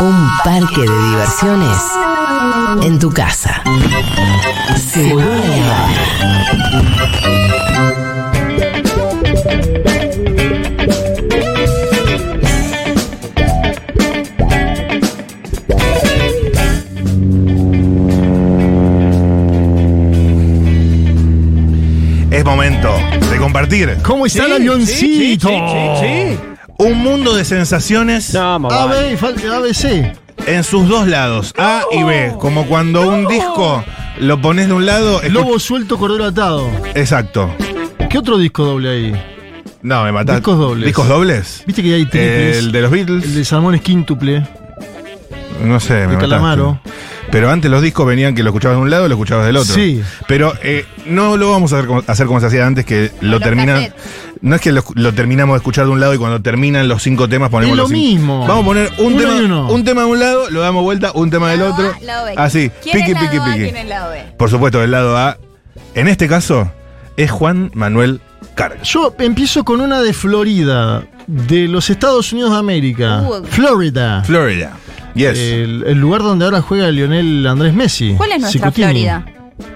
Un parque de diversiones en tu casa. Seguro la Es momento de compartir ¿Cómo está el avioncito? un mundo de sensaciones A, B, fal- ABC. en sus dos lados, A y B. Como cuando un disco lo pones de un lado. escu- Lobo suelto, cordero atado. Exacto. ¿Qué otro disco doble hay? No, me mataste. Discos dobles. ¿Discos dobles? Viste que hay triples. El de los Beatles. El de Salmones quíntuple. No sé, me mataste. Calamaro. Pero antes los discos venían que lo escuchabas de un lado, lo escuchabas del otro. Sí. Pero eh, no lo vamos a hacer como, hacer como se hacía antes, que lo Los terminan. cassettes. No es que lo, lo terminamos de escuchar de un lado y cuando terminan los cinco temas ponemos Es lo los cinco. mismo. Vamos a poner un Uno y tema, uno. un tema de un lado, lo damos vuelta, un tema del Lado otro. A, lado Ah, B. Así, ¿Quién piqui, es lado piqui, A, piqui. quién es lado B? Por supuesto, del lado A. En este caso, es Juan Manuel Cargas. Yo empiezo con una de Florida, de los Estados Unidos de América. Uh. Florida. Florida. Yes. El, el lugar donde ahora juega Lionel Andrés Messi. ¿Cuál es nuestra Cicutini. Florida?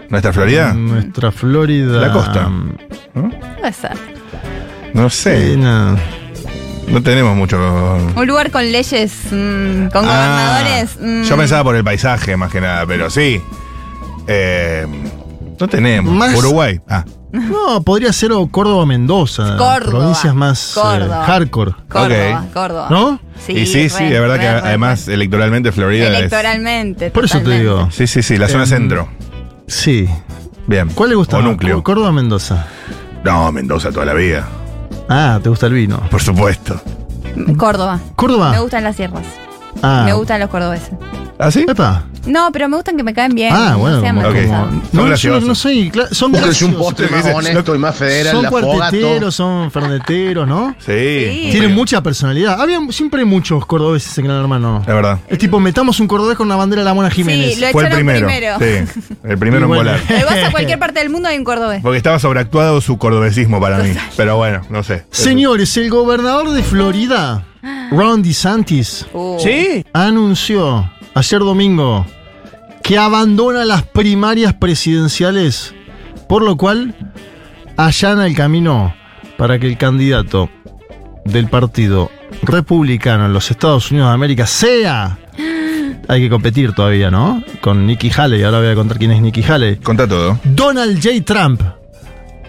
¿Nuestra Florida? Nuestra Florida. Ah. La costa. Puede ser. No Eh, sé. nada. No tenemos mucho. Un lugar con leyes, mm, con Ah, gobernadores. mm, Yo pensaba por el paisaje más que nada, pero sí. Eh, no tenemos. Más- Uruguay. Ah, No, podría ser o Córdoba Mendoza. Córdoba. Provincias más eh, Córdoba. hardcore. Córdoba, ok. Córdoba. ¿No? y sí, sí, re, es verdad re, que re, además electoralmente Florida es- Electoralmente. Por eso te totalmente. digo. Sí, sí, sí, la zona Em, centro. Sí. Bien. ¿Cuál le gusta O más? núcleo. Córdoba o Mendoza. No, Mendoza toda la vida. Ah, te gusta el vino. Por supuesto. Córdoba. Córdoba. Me gustan las sierras. Ah. Me gustan los cordobeses. ¿Ah, sí? Epa. No, pero me gustan que me caen bien. Ah, que bueno. sean como- Ok. malpensados. como- Son no, yo graciosos. no soy. cla- Son Porque soy un graciosos. postre más Dice, honesto y más federal, Son la fogato. cuarteteros, son ferneteros, ¿no? Sí. Sí. Tienen mucha personalidad. Había, siempre hay muchos cordobeses en Gran Hermano. La verdad. Es tipo, metamos un cordobés con una bandera de la Mona Jiménez. Sí, lo Fue el echaron primero. primero. Sí, el primero Y bueno. en volar. Pero vas a cualquier parte del mundo hay un cordobés. Porque estaba sobreactuado su cordobesismo para mí. Pero bueno, no sé. Señores, el gobernador de Florida, Ah. Ron DeSantis, Uh, anunció ayer domingo que abandona las primarias presidenciales, por lo cual allana el camino para que el candidato del partido republicano en los Estados Unidos de América sea. Hay que competir todavía, ¿no? Con Nikki Haley, ahora voy a contar quién es Nikki Haley. Contá todo. Donald J. Trump.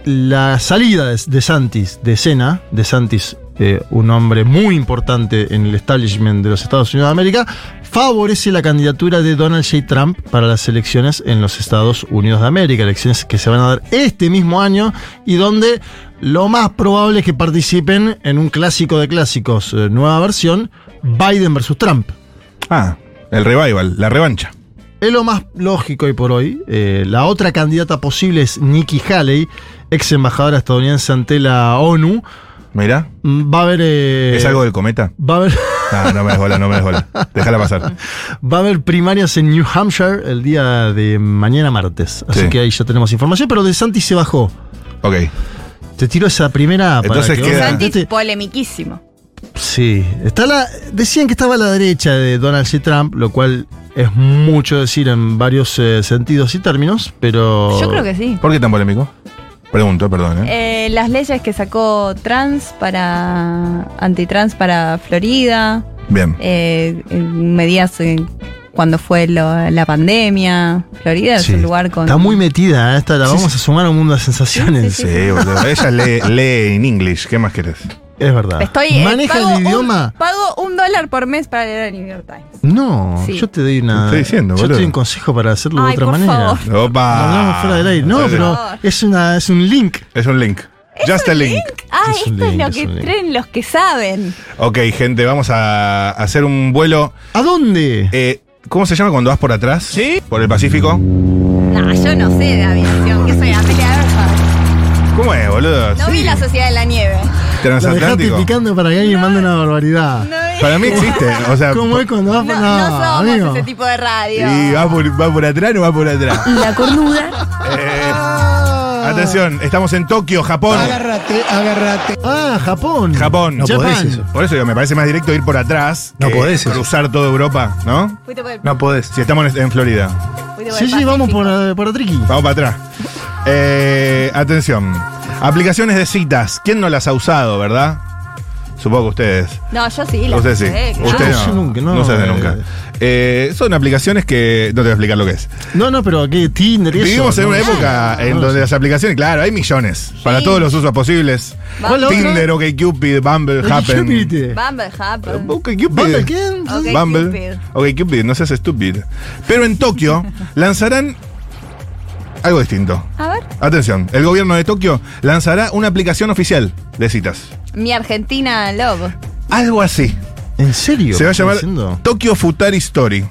La salida de, de Santis de escena, de Santis, eh, un hombre muy importante en el establishment de los Estados Unidos de América, favorece la candidatura de Donald J. Trump para las elecciones en los Estados Unidos de América, elecciones que se van a dar este mismo año y donde lo más probable es que participen en un clásico de clásicos, eh, nueva versión, Biden versus Trump. Ah, el revival, la revancha. Es lo más lógico hoy por hoy. Eh, la otra candidata posible es Nikki Haley, ex embajadora estadounidense ante la ONU. Mirá. Mm, Va a haber. eh, ¿Es algo del cometa? Va a haber, No, no me desbola, no me desbola. Déjala pasar. va a haber primarias en New Hampshire el día de mañana martes. Así Sí. que ahí ya tenemos información, pero De Santi se bajó. Ok. Te tiro esa primera para Entonces que queda- vos- Santi, Este- polemiquísimo. Sí, está la, decían que estaba a la derecha de Donald J. Trump, lo cual es mucho decir en varios eh, sentidos y términos, pero Yo creo que sí. ¿Por qué tan polémico? Pregunto, perdón. ¿eh? Eh, las leyes que sacó trans para antitrans para Florida, Bien. eh, eh, medidas eh, cuando fue lo- la pandemia. Florida es Sí, un lugar con Está muy metida, ¿eh? esta la Sí, vamos a sumar a un mundo de sensaciones. Sí, boludo. Ella lee, lee en English. ¿Qué más querés? Es verdad. Estoy eh, ¿Maneja pago el un- idioma? pago un dólar por mes para leer el New York Times. No, Sí. yo te doy una. Te estoy diciendo, yo boludo. Ah, te doy un consejo para hacerlo de Ay, otra por manera. favor. Lo hablamos Opa. fuera del aire. No, Sí, sí. pero favor. es, una, es un link. Es un link. Just a link. Ah, Es un esto es link, lo es que un link. creen los que saben. Ok, gente, vamos a hacer un vuelo. ¿A dónde? eh, ¿Cómo se llama cuando vas por atrás? Sí. Por el Pacífico. No, yo no sé de aviación, que soy Amelia Earhart. ¿Cómo es, boludo? No vi la sociedad de la nieve. La dejaste Transatlántico. picando para que alguien mande una barbaridad. No vi. Para mí existe. O sea, ¿Cómo es cuando vas No, para no no, somos amigo. ese tipo de radio. ¿y va por, va por atrás o no va por atrás? La cornuda Eh, Ah, Atención, estamos en Tokio, Japón. Agárrate, agárrate. Ah, Japón. Japón. No Japón. podés eso. Por eso digo, me parece más directo ir por atrás. No que podés eso. Cruzar toda Europa, ¿no? Fuiste por el- No podés. Si estamos en- en Florida. fuiste por Sí, el sí, vamos Pacífico. por, eh, por Atriqui. Vamos para atrás. Eh, atención. Aplicaciones de citas. ¿Quién no las ha usado, verdad? Supongo que ustedes. No, yo sí. la Usted sí. usé, claro. Usted Yo no. nunca, no. se hace nunca. Eh, son aplicaciones que. No te voy a explicar lo que es. No, no, pero aquí Tinder y eso, Vivimos en ¿no? Ah, una época en No, donde sí. las aplicaciones, claro, hay millones. Para todos los usos posibles. ¿Cuál la otra? Tinder, OkCupid, Bumble, Happen. Júpiter. Bumble Happen. OkCupid. ¿Bumble quién? Ok, Bumble. Cupid. Ok, Cupid, no seas estúpido. Pero en Tokio lanzarán algo distinto. A ver, Atención, el gobierno de Tokio lanzará una aplicación oficial de citas. mi Argentina Love. Algo así. ¿En serio? Se va a llamar Diciendo? Tokyo Futari Story.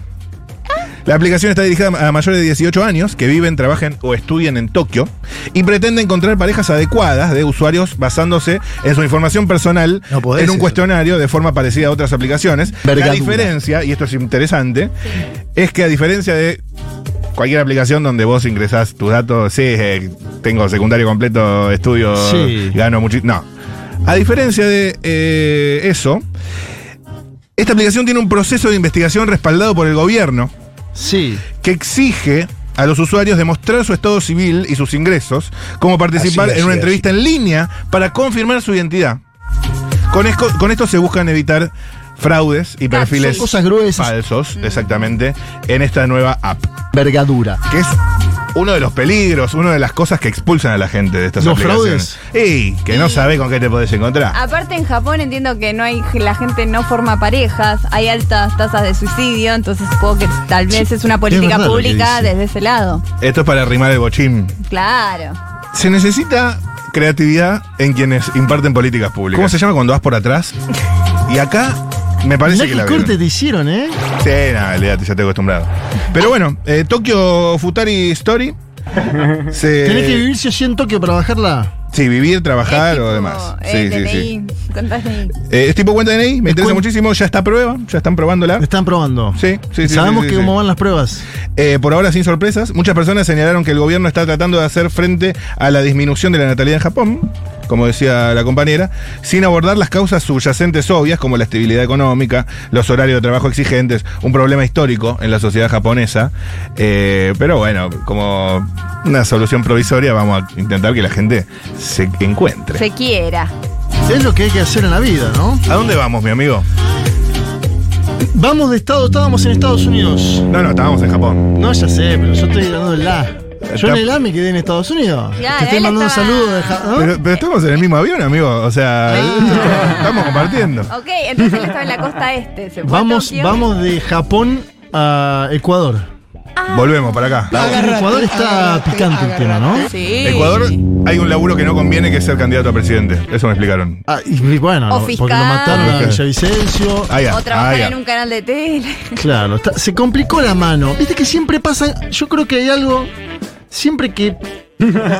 La aplicación está dirigida a mayores de 18 años que viven, trabajan o estudian en Tokio y pretende encontrar parejas adecuadas de usuarios basándose en su información personal No podés en un eso. cuestionario de forma parecida a otras aplicaciones. Vergadura. La diferencia, y esto es interesante, es que a diferencia de cualquier aplicación donde vos ingresás tus datos, sí, eh, tengo secundario completo, estudio, Sí. gano muchísimo. No. A diferencia de eh, eso, esta aplicación tiene un proceso de investigación respaldado por el gobierno Sí. que exige a los usuarios demostrar su estado civil y sus ingresos, como participar Así, así, en una así. entrevista en línea para confirmar su identidad. Con, esco- con esto se buscan evitar fraudes y perfiles Son cosas gruesas. Mm. falsos, exactamente, en esta nueva app, Vergadura. que es uno de los peligros, una de las cosas que expulsan a la gente de estas ¿Los aplicaciones. Y que no sabe con qué te podés encontrar. Aparte en Japón entiendo que no hay la gente no forma parejas, hay altas tasas de suicidio, entonces supongo que tal vez es una política verdad lo que pública dice. desde ese lado. Esto es para arrimar el bochín. Claro. Se necesita creatividad en quienes imparten políticas públicas. ¿Cómo se llama cuando vas por atrás? Y acá me parece Mirá que qué la corte vieron. te hicieron, ¿eh? Sí, nada, ya te estoy acostumbrado. Pero bueno, eh, Tokyo Futari Story. se- Tenés que vivir 100 en Tokio para bajarla. Sí, vivir, trabajar Es tipo, o demás. eh, Sí, sí, DNI, sí. contás DNI. Eh, es tipo cuenta de DNI, me interesa cuen- muchísimo. Ya está a prueba, ya están probándola. Me están probando. Sí, sí, sí, Sabemos sí, que sí, cómo sí. van las pruebas. Eh, por ahora sin sorpresas, muchas personas señalaron que el gobierno está tratando de hacer frente a la disminución de la natalidad en Japón, como decía la compañera, sin abordar las causas subyacentes obvias como la estabilidad económica, los horarios de trabajo exigentes, un problema histórico en la sociedad japonesa. Eh, pero bueno, como una solución provisoria, vamos a intentar que la gente se encuentre. Se quiera. Es lo que hay que hacer en la vida, ¿no? ¿A dónde vamos, mi amigo? Vamos de estado, estábamos en Estados Unidos. No, no, estábamos en Japón. No, ya sé, pero yo estoy hablando del la. Yo en el A me quedé en Estados Unidos. Claro, Te estoy él mandando estaba- un saludo de Ja- ¿Ah? ¿no? Pero, pero estamos en el mismo avión, amigo. O sea, estamos compartiendo. Ok, entonces él estaba en la costa este. Se fue a Vamos, Tokio. vamos de Japón a Ecuador. Volvemos para acá. Agárrate, Ecuador está agárrate, picante el tema, ¿no? Sí. Ecuador hay un laburo que no conviene que es ser candidato a presidente. Eso me explicaron. Ah, y y bueno, O no, fiscal. porque lo mataron a Fiscal. Villavicencio. Ah, ya. O trabajar ah, ya. en un canal de tele. Claro, está- se complicó la mano. Viste que siempre pasa. Yo creo que hay algo. Siempre que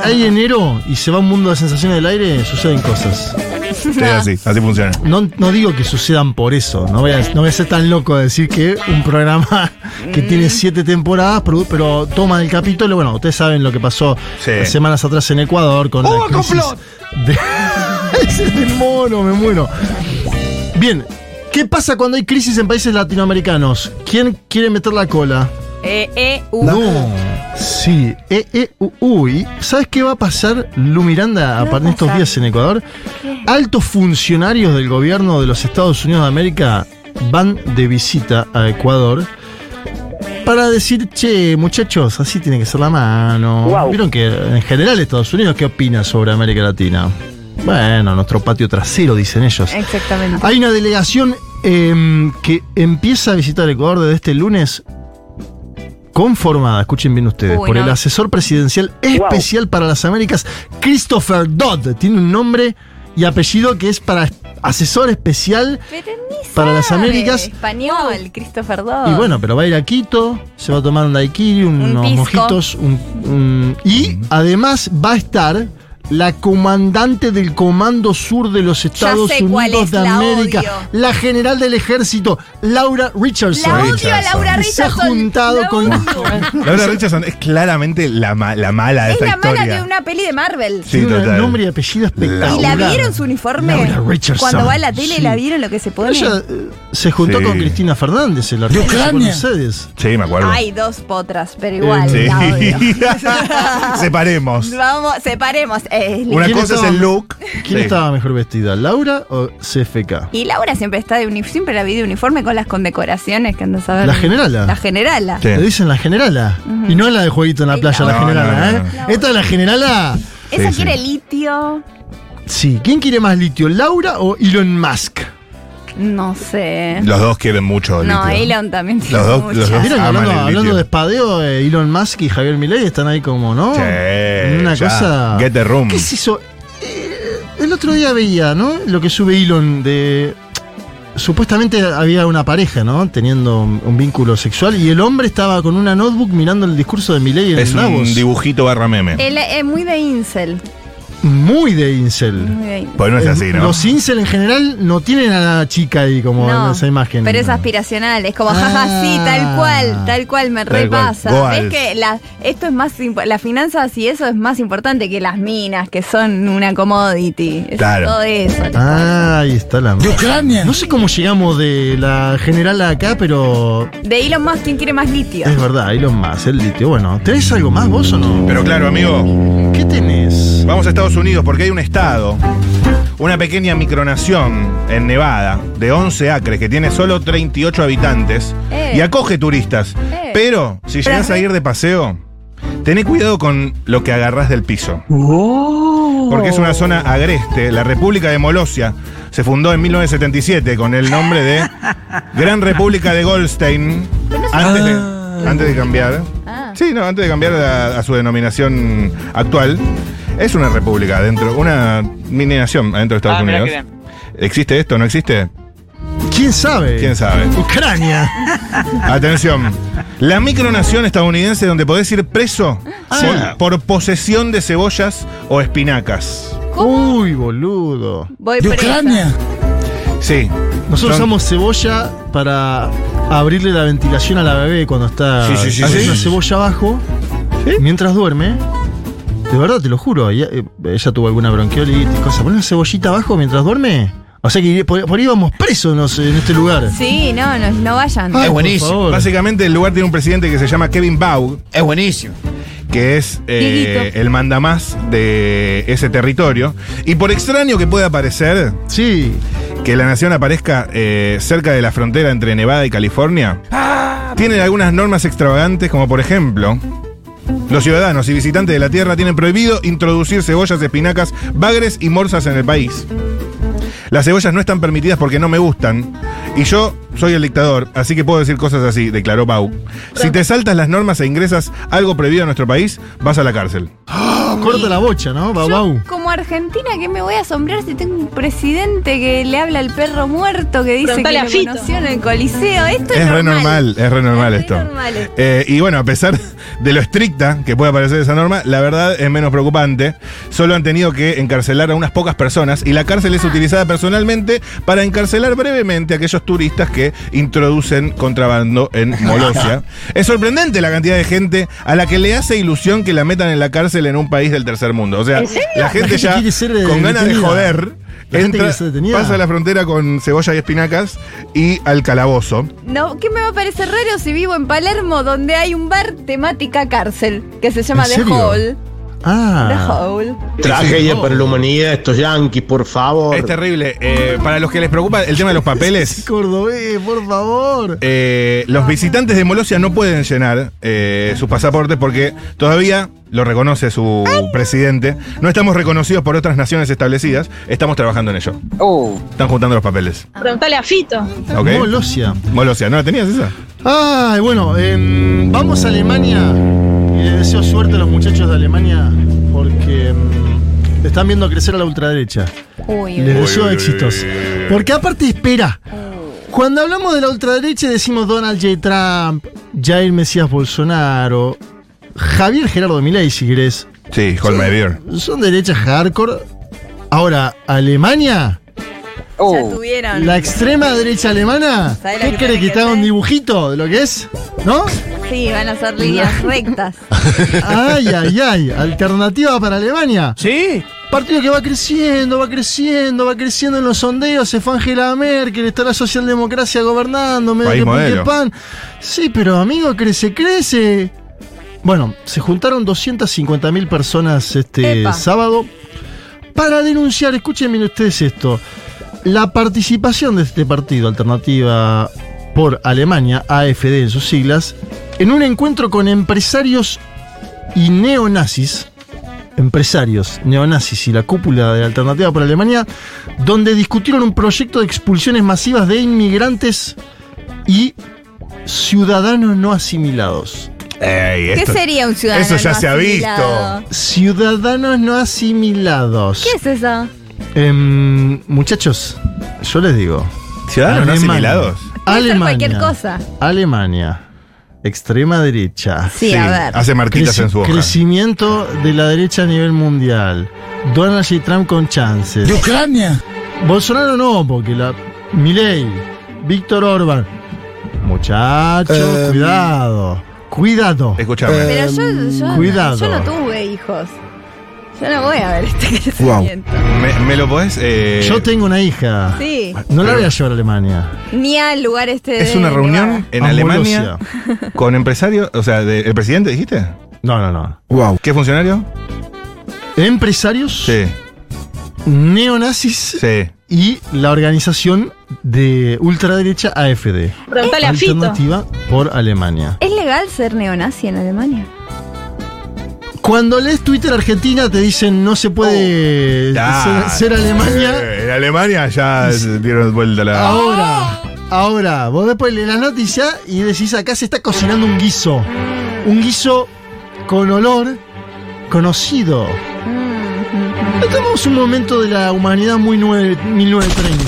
hay enero y se va un mundo de sensaciones del aire, suceden cosas. Sí, así, así funciona. No, no digo que sucedan por eso. No voy, a, no voy a ser tan loco de decir que un programa que tiene siete temporadas, produ- pero toma el capítulo. Bueno, ustedes saben lo que pasó Sí. semanas atrás en Ecuador con la crisis de- Ese es el mono, me muero. Bien, ¿qué pasa cuando hay crisis en países latinoamericanos? ¿Quién quiere meter la cola? Eh, eh, u. No. Sí, e, e, u, u. ¿Y ¿Sabes qué va a pasar, Lu Miranda, a va a partir de estos pasar? días en Ecuador? Altos funcionarios del gobierno de los Estados Unidos de América van de visita a Ecuador para decir, che, muchachos, así tiene que ser la mano. Vieron que en general Estados Unidos, ¿qué opina sobre América Latina? Bueno, nuestro patio trasero, dicen ellos. Exactamente. Hay una delegación em, que empieza a visitar Ecuador desde este lunes conformada, escuchen bien ustedes, Uy, por no. el asesor presidencial especial para las Américas, Christopher Dodd. Tiene un nombre y apellido que es para asesor especial. Pero ni Para las sabe Américas. Español, Christopher Dodd. Y bueno, pero va a ir a Quito, se va a tomar un daiquiri, Ah. Un unos pisco. mojitos, un- un- y además va a estar la comandante del Comando Sur de los Estados sé cuál Unidos es, de la América, odio. la general del ejército, Laura Richardson. La odio a Laura Y Se ha Richardson. juntado La con. odio. Laura Richardson es claramente la, ma- la mala de Es esta la historia. mala de una peli de Marvel. Sí, Tiene un total. nombre y apellido espectacular. ¿Y la vieron su uniforme? Laura Richardson. Cuando va a la tele, Sí. ¿la vieron lo que se pone? Ella eh, se juntó Sí. con Cristina Fernández, el artista Ucrania. con ustedes. Sí, me acuerdo. Hay dos potras, pero igual Sí. la odio. Separemos. Vamos, separemos. Eh, es Una linda. ¿Quién cosa es estaba- el look. ¿Quién Sí. estaba mejor vestida, Laura o CFK? Y Laura siempre está de uniforme, siempre la vi de uniforme con las condecoraciones que andas a ver. La generala. La generala. Sí. Le dicen la generala. Y no la de jueguito en la Y playa, la la otra. generala, No, no, ¿eh? no, no. Esta es la generala. Esa Sí, sí. quiere litio. Sí, ¿quién quiere más litio, Laura o Elon Musk? No sé. Los dos quieren mucho. no, litio. Elon también tiene Los dos- muchas. los dos- Vieron que Aman hablando, el litio. hablando de espadeo, eh, Elon Musk y Javier Milei están ahí como, ¿no? Sí, Una ya. cosa. Get the room. ¿Qué es eso? Eh, El otro día veía, ¿no? Lo que sube Elon de. Supuestamente había una pareja, ¿no? Teniendo un un vínculo sexual y el hombre estaba con una notebook mirando el discurso de Milei en Es Davos. un dibujito barra meme. Él es muy de Incel. Muy de incel. Muy de incel. Pues no es así, ¿no? Los incel en general no tienen a la chica ahí como en esa imagen. Pero es aspiracional, es como jaja, Ah. sí, tal cual, tal cual me Tal cual. repasa. Goals. ¿Ves que la- esto es más impo- las finanzas y eso es más importante que las minas, que son una commodity? Es Claro. Todo eso. Ah, ahí está la De Ucrania. No sé cómo llegamos de la general a acá, pero De Elon Musk, ¿quién quiere más litio? es verdad, Elon Musk, el litio. Bueno, ¿tenés algo más vos o no? Pero claro, amigo, ¿Qué tenés? vamos a Estados Unidos porque hay un estado, una pequeña micronación en Nevada de 11 acres que tiene solo 38 habitantes Eh. y acoge turistas. Eh. Pero si Pero llegas a re- ir de paseo, tené cuidado con lo que agarrás del piso. Porque es una zona agreste. La República de Molosia se fundó en 1977 con el nombre de Gran República de Goldstein. Antes de, antes de cambiar. Ah. Sí, no, antes de cambiar a, a su denominación actual. Es una república adentro, una mini nación adentro de Estados Ah, mirá Unidos. qué bien. ¿Existe esto? ¿No existe? ¿Quién sabe? ¿Quién sabe? Ucrania. Atención. La micronación estadounidense donde podés ir preso Sí. por, por posesión de cebollas o espinacas. Uy, boludo. Voy De presa. Ucrania. Sí. Nosotros Son- usamos cebolla para abrirle la ventilación a la bebé cuando está. Sí, sí, sí, Haces sí. una cebolla abajo mientras duerme. De verdad, te lo juro. Ella, eh, ella tuvo alguna bronquiolitis, cosa. Poner una cebollita abajo mientras duerme. O sea que por, por ahí vamos presos no sé, en este lugar. Sí, no, no, no vayan. Ay, por buenísimo. favor. Básicamente el lugar tiene un presidente que se llama Kevin Baugh, Es buenísimo. que es eh, Dieguito. el mandamás de ese territorio. Y por extraño que pueda parecer Sí. que la nación aparezca eh, cerca de la frontera entre Nevada y California, tienen algunas normas extravagantes, como por ejemplo... Los ciudadanos y visitantes de la tierra tienen prohibido introducir cebollas, espinacas, bagres y morsas en el país. Las cebollas no están permitidas porque no me gustan. Y yo soy el dictador, así que puedo decir cosas así, declaró Pau. Si te saltas las normas e ingresas algo prohibido a nuestro país, vas a la cárcel. Corta la bocha, ¿no? Bau, bau. Yo, como argentina, ¿qué me voy a asombrar si tengo un presidente que le habla al perro muerto que dice Preguntale que a lo Fito. conoció en el coliseo? Esto es, Es re normal, es re normal Es re esto. normal esto. Eh, y bueno, a pesar de lo estricta que puede parecer esa norma, la verdad es menos preocupante. Solo han tenido que encarcelar a unas pocas personas y la cárcel es utilizada personalmente para encarcelar brevemente a aquellos turistas que introducen contrabando en Molosia. es sorprendente la cantidad de gente a la que le hace ilusión que la metan en la cárcel en un país del tercer mundo. O sea, la gente, gente ya quiere ser, eh, con ganas de detenida. joder La gente entra, quiere ser detenida. pasa la frontera con cebolla y espinacas y al calabozo. No, ¿Qué me va a parecer raro si vivo en Palermo donde hay un bar temática cárcel que se llama ¿En The serio? Hole? The Ah. Hole. Tragedia para la humanidad, estos yanquis, por favor. Es terrible. Eh, para los que les preocupa el tema de los papeles, Cordobés, por favor. eh, los visitantes de Molosia no pueden llenar eh, sus pasaportes porque todavía lo reconoce su presidente. No estamos reconocidos por otras naciones establecidas. Estamos trabajando en ello. Oh. Están juntando los papeles. Preguntale a Fito. Eh, ¿Ok? Molosia. Molosia, ¿no la tenías esa? Ay, bueno, em, vamos a Alemania y les deseo suerte a los muchachos de Alemania porque em, están viendo crecer a la ultraderecha. Uy, Les uy. deseo éxitos. Porque aparte, espera, cuando hablamos de la ultraderecha decimos Donald J. Trump, Jair Mesías Bolsonaro, Javier Gerardo Milei, si querés, Sí, Holmedier. Son derechas hardcore. Ahora, Alemania, Ya tuvieron. la extrema derecha alemana, ¿Sabe la ¿qué que cree tiene que que te haga un hacer? dibujito de lo que es? ¿No? Sí, van a ser líneas rectas. Ah, Ay, ay, ay, alternativa para Alemania. ¿Sí? Partido que va creciendo, va creciendo, va creciendo en los sondeos. Se fue Angela Merkel, está la socialdemocracia gobernando, medio País que pan, que modelo. pan. Sí, pero amigo, crece, crece. Bueno, se juntaron 250.000 personas este Epa. sábado para denunciar, escúchenme ustedes esto, la participación de este partido alternativa por Alemania, AFD en sus siglas, en un encuentro con empresarios y neonazis, empresarios, neonazis y la cúpula de Alternativa por Alemania, donde discutieron un proyecto de expulsiones masivas de inmigrantes y ciudadanos no asimilados. Ey, ¿Qué esto- sería un ciudadano? Eso ya no se ha visto. asimilado? Ciudadanos no asimilados. ¿Qué es eso? Em, muchachos, yo les digo. Ciudadanos no Alemania. asimilados. Puede ser Alemania. cualquier cosa. Alemania. Extrema derecha. Sí, a ver. Hace marquitas Creci- en su hoja. Crecimiento de la derecha a nivel mundial. Donald J. Trump con chances. ¿De Ucrania? Bolsonaro no, porque la. Milei, Víctor Orban. Muchachos, Em. Eh, cuidado. Cuidado. Escuchame. Pero yo, yo, Cuidado. yo no tuve hijos. Yo no voy a ver este crecimiento. ¿Me, me lo podés? eh, Yo tengo una hija. Sí. No la voy a llevar a Alemania. Ni al lugar este Es de una reunión Nevada. en A Alemania con empresarios, o sea, de- ¿el presidente dijiste? No, no, no. Wow. ¿Qué funcionario? Empresarios, Sí, neonazis sí. y la organización de ultraderecha AFD. Preguntale a Fito. Alternativa por Alemania. ¿Es legal ser neonazi en Alemania? Cuando lees Twitter Argentina te dicen no se puede Ah, ser, ser Alemania. eh, en Alemania ya se dieron vuelta la. Ahora, ahora, vos después lees las noticias y decís acá se está cocinando un guiso. Un guiso con olor conocido. Estamos en un momento de la humanidad muy nueve- 1930.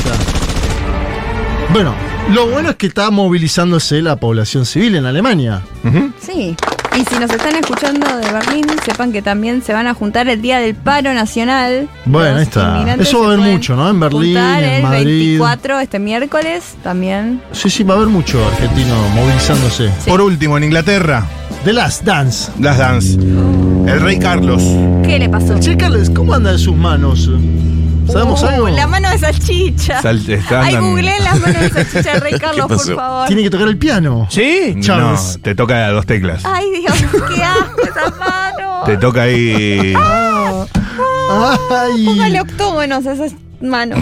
Bueno, lo bueno es que está movilizándose la población civil en Alemania. Ujú. Sí. Y si nos están escuchando de Berlín, sepan que también se van a juntar el día del paro nacional. Bueno, Los ahí está. inmigrantes Eso va a se haber pueden mucho, ¿no? En Berlín, juntar en el Madrid. 24, este miércoles, también. Sí, sí, va a haber mucho argentino movilizándose. Por último, en Inglaterra, The Last Dance. las dance. El rey Carlos. ¿Qué le pasó? Che, Carlos, ¿cómo anda de sus manos? ¿Sabemos Uh, algo? La mano de salchicha. Sal- está Ay, andan- googleé las manos de salchicha de Rey Carlos, por favor. Tiene que tocar el piano. ¿Sí? No, Charles. te toca dos teclas. Ay, Dios, qué asco esa mano. Te toca ahí. Ay. Póngale octógonos a esas manos.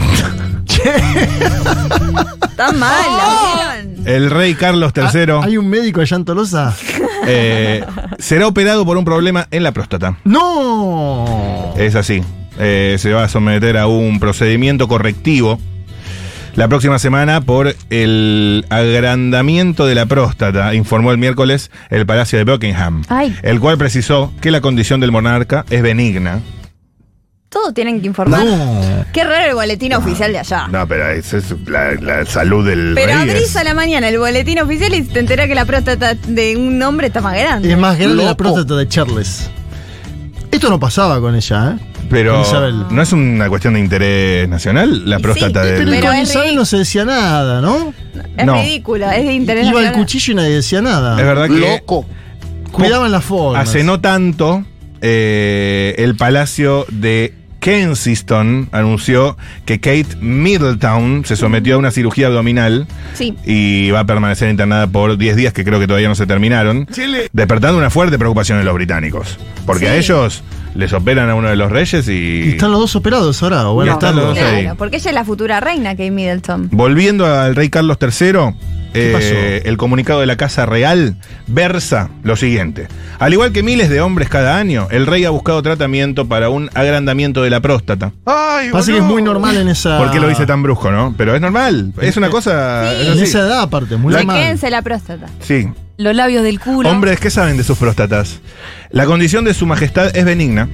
Está mal, la vieron. El rey Carlos III Ah, ¿Hay un médico allá en Tolosa? eh, será operado por un problema en la próstata. ¡No! Es así. Eh, se va a someter a un procedimiento correctivo la próxima semana por el agrandamiento de la próstata, informó el miércoles el Palacio de Buckingham, Ay. el cual precisó que la condición del monarca es benigna. Todo tienen que informar. Qué raro el boletín oficial de allá. No, pero esa es la, la salud del Pero rey abrís es- a la mañana el boletín oficial y te enterás que la próstata de un hombre está más grande. Es más grande la Loco. próstata de Charles. Esto no pasaba con ella, ¿eh? Pero Isabel. no es una cuestión de interés nacional la Y próstata sí, del Pero, Pero con es Isabel rico. no se decía nada, ¿no? Es no. ridículo, es de interés Iba el nacional. cuchillo y nadie decía Es nada. verdad que Loco. Cuidaban las formas. Hace no tanto, eh, el palacio de Kensington anunció que Kate Middletown se sometió a una cirugía abdominal Sí. y va a permanecer internada por 10 días que creo que todavía no se terminaron, despertando una fuerte preocupación en los británicos, porque a Sí. ellos les operan a uno de los reyes Y y... están los dos operados ahora, o van a Y están estarlo. los dos. Claro, ahí. porque ella es la futura reina, Kate Middleton. Volviendo al rey Carlos III, ¿Qué eh, pasó? el comunicado de la Casa Real versa lo siguiente. Al igual que miles de hombres cada año, el rey ha buscado tratamiento para un agrandamiento de la próstata. Pasa que es muy normal en esa. ¿Por qué lo dice tan brusco, no? Pero es normal, es una cosa... es En así. esa edad, aparte, muy Se normal. quédense la próstata. Sí. Los labios del culo. Hombres, ¿qué saben de sus próstatas? La condición de su majestad es benigna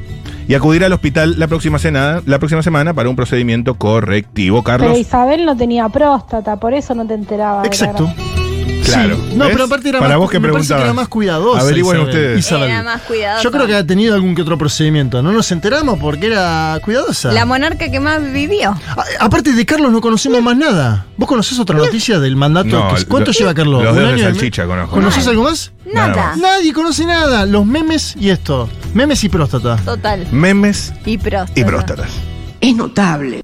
y acudirá al hospital la próxima, semana, la próxima semana para un procedimiento correctivo. Pero Carlos, Isabel no tenía próstata, por eso no te enteraba. de la Exacto. gran- Claro. Sí. No, ¿Ves? pero aparte era Para más, vos que me parece preguntabas. que era más cuidadosa. Averigüen Isabel. ustedes. Isabel. Era más cuidadosa. Yo creo que ha tenido algún que otro procedimiento. No nos enteramos porque era cuidadosa. La monarca que más vivió. A- aparte de Carlos no conocemos más nada. ¿Vos conocés otra noticia del mandato? No, que- ¿Cuánto lo- lleva Carlos? los dedos ¿Un de año y medio? salchicha conozco. ¿Conocés Nada. algo más? Nada Nada. Nadie conoce nada. Los memes y esto. Memes y próstata. Total. Memes Y próstata. y próstatas. Es notable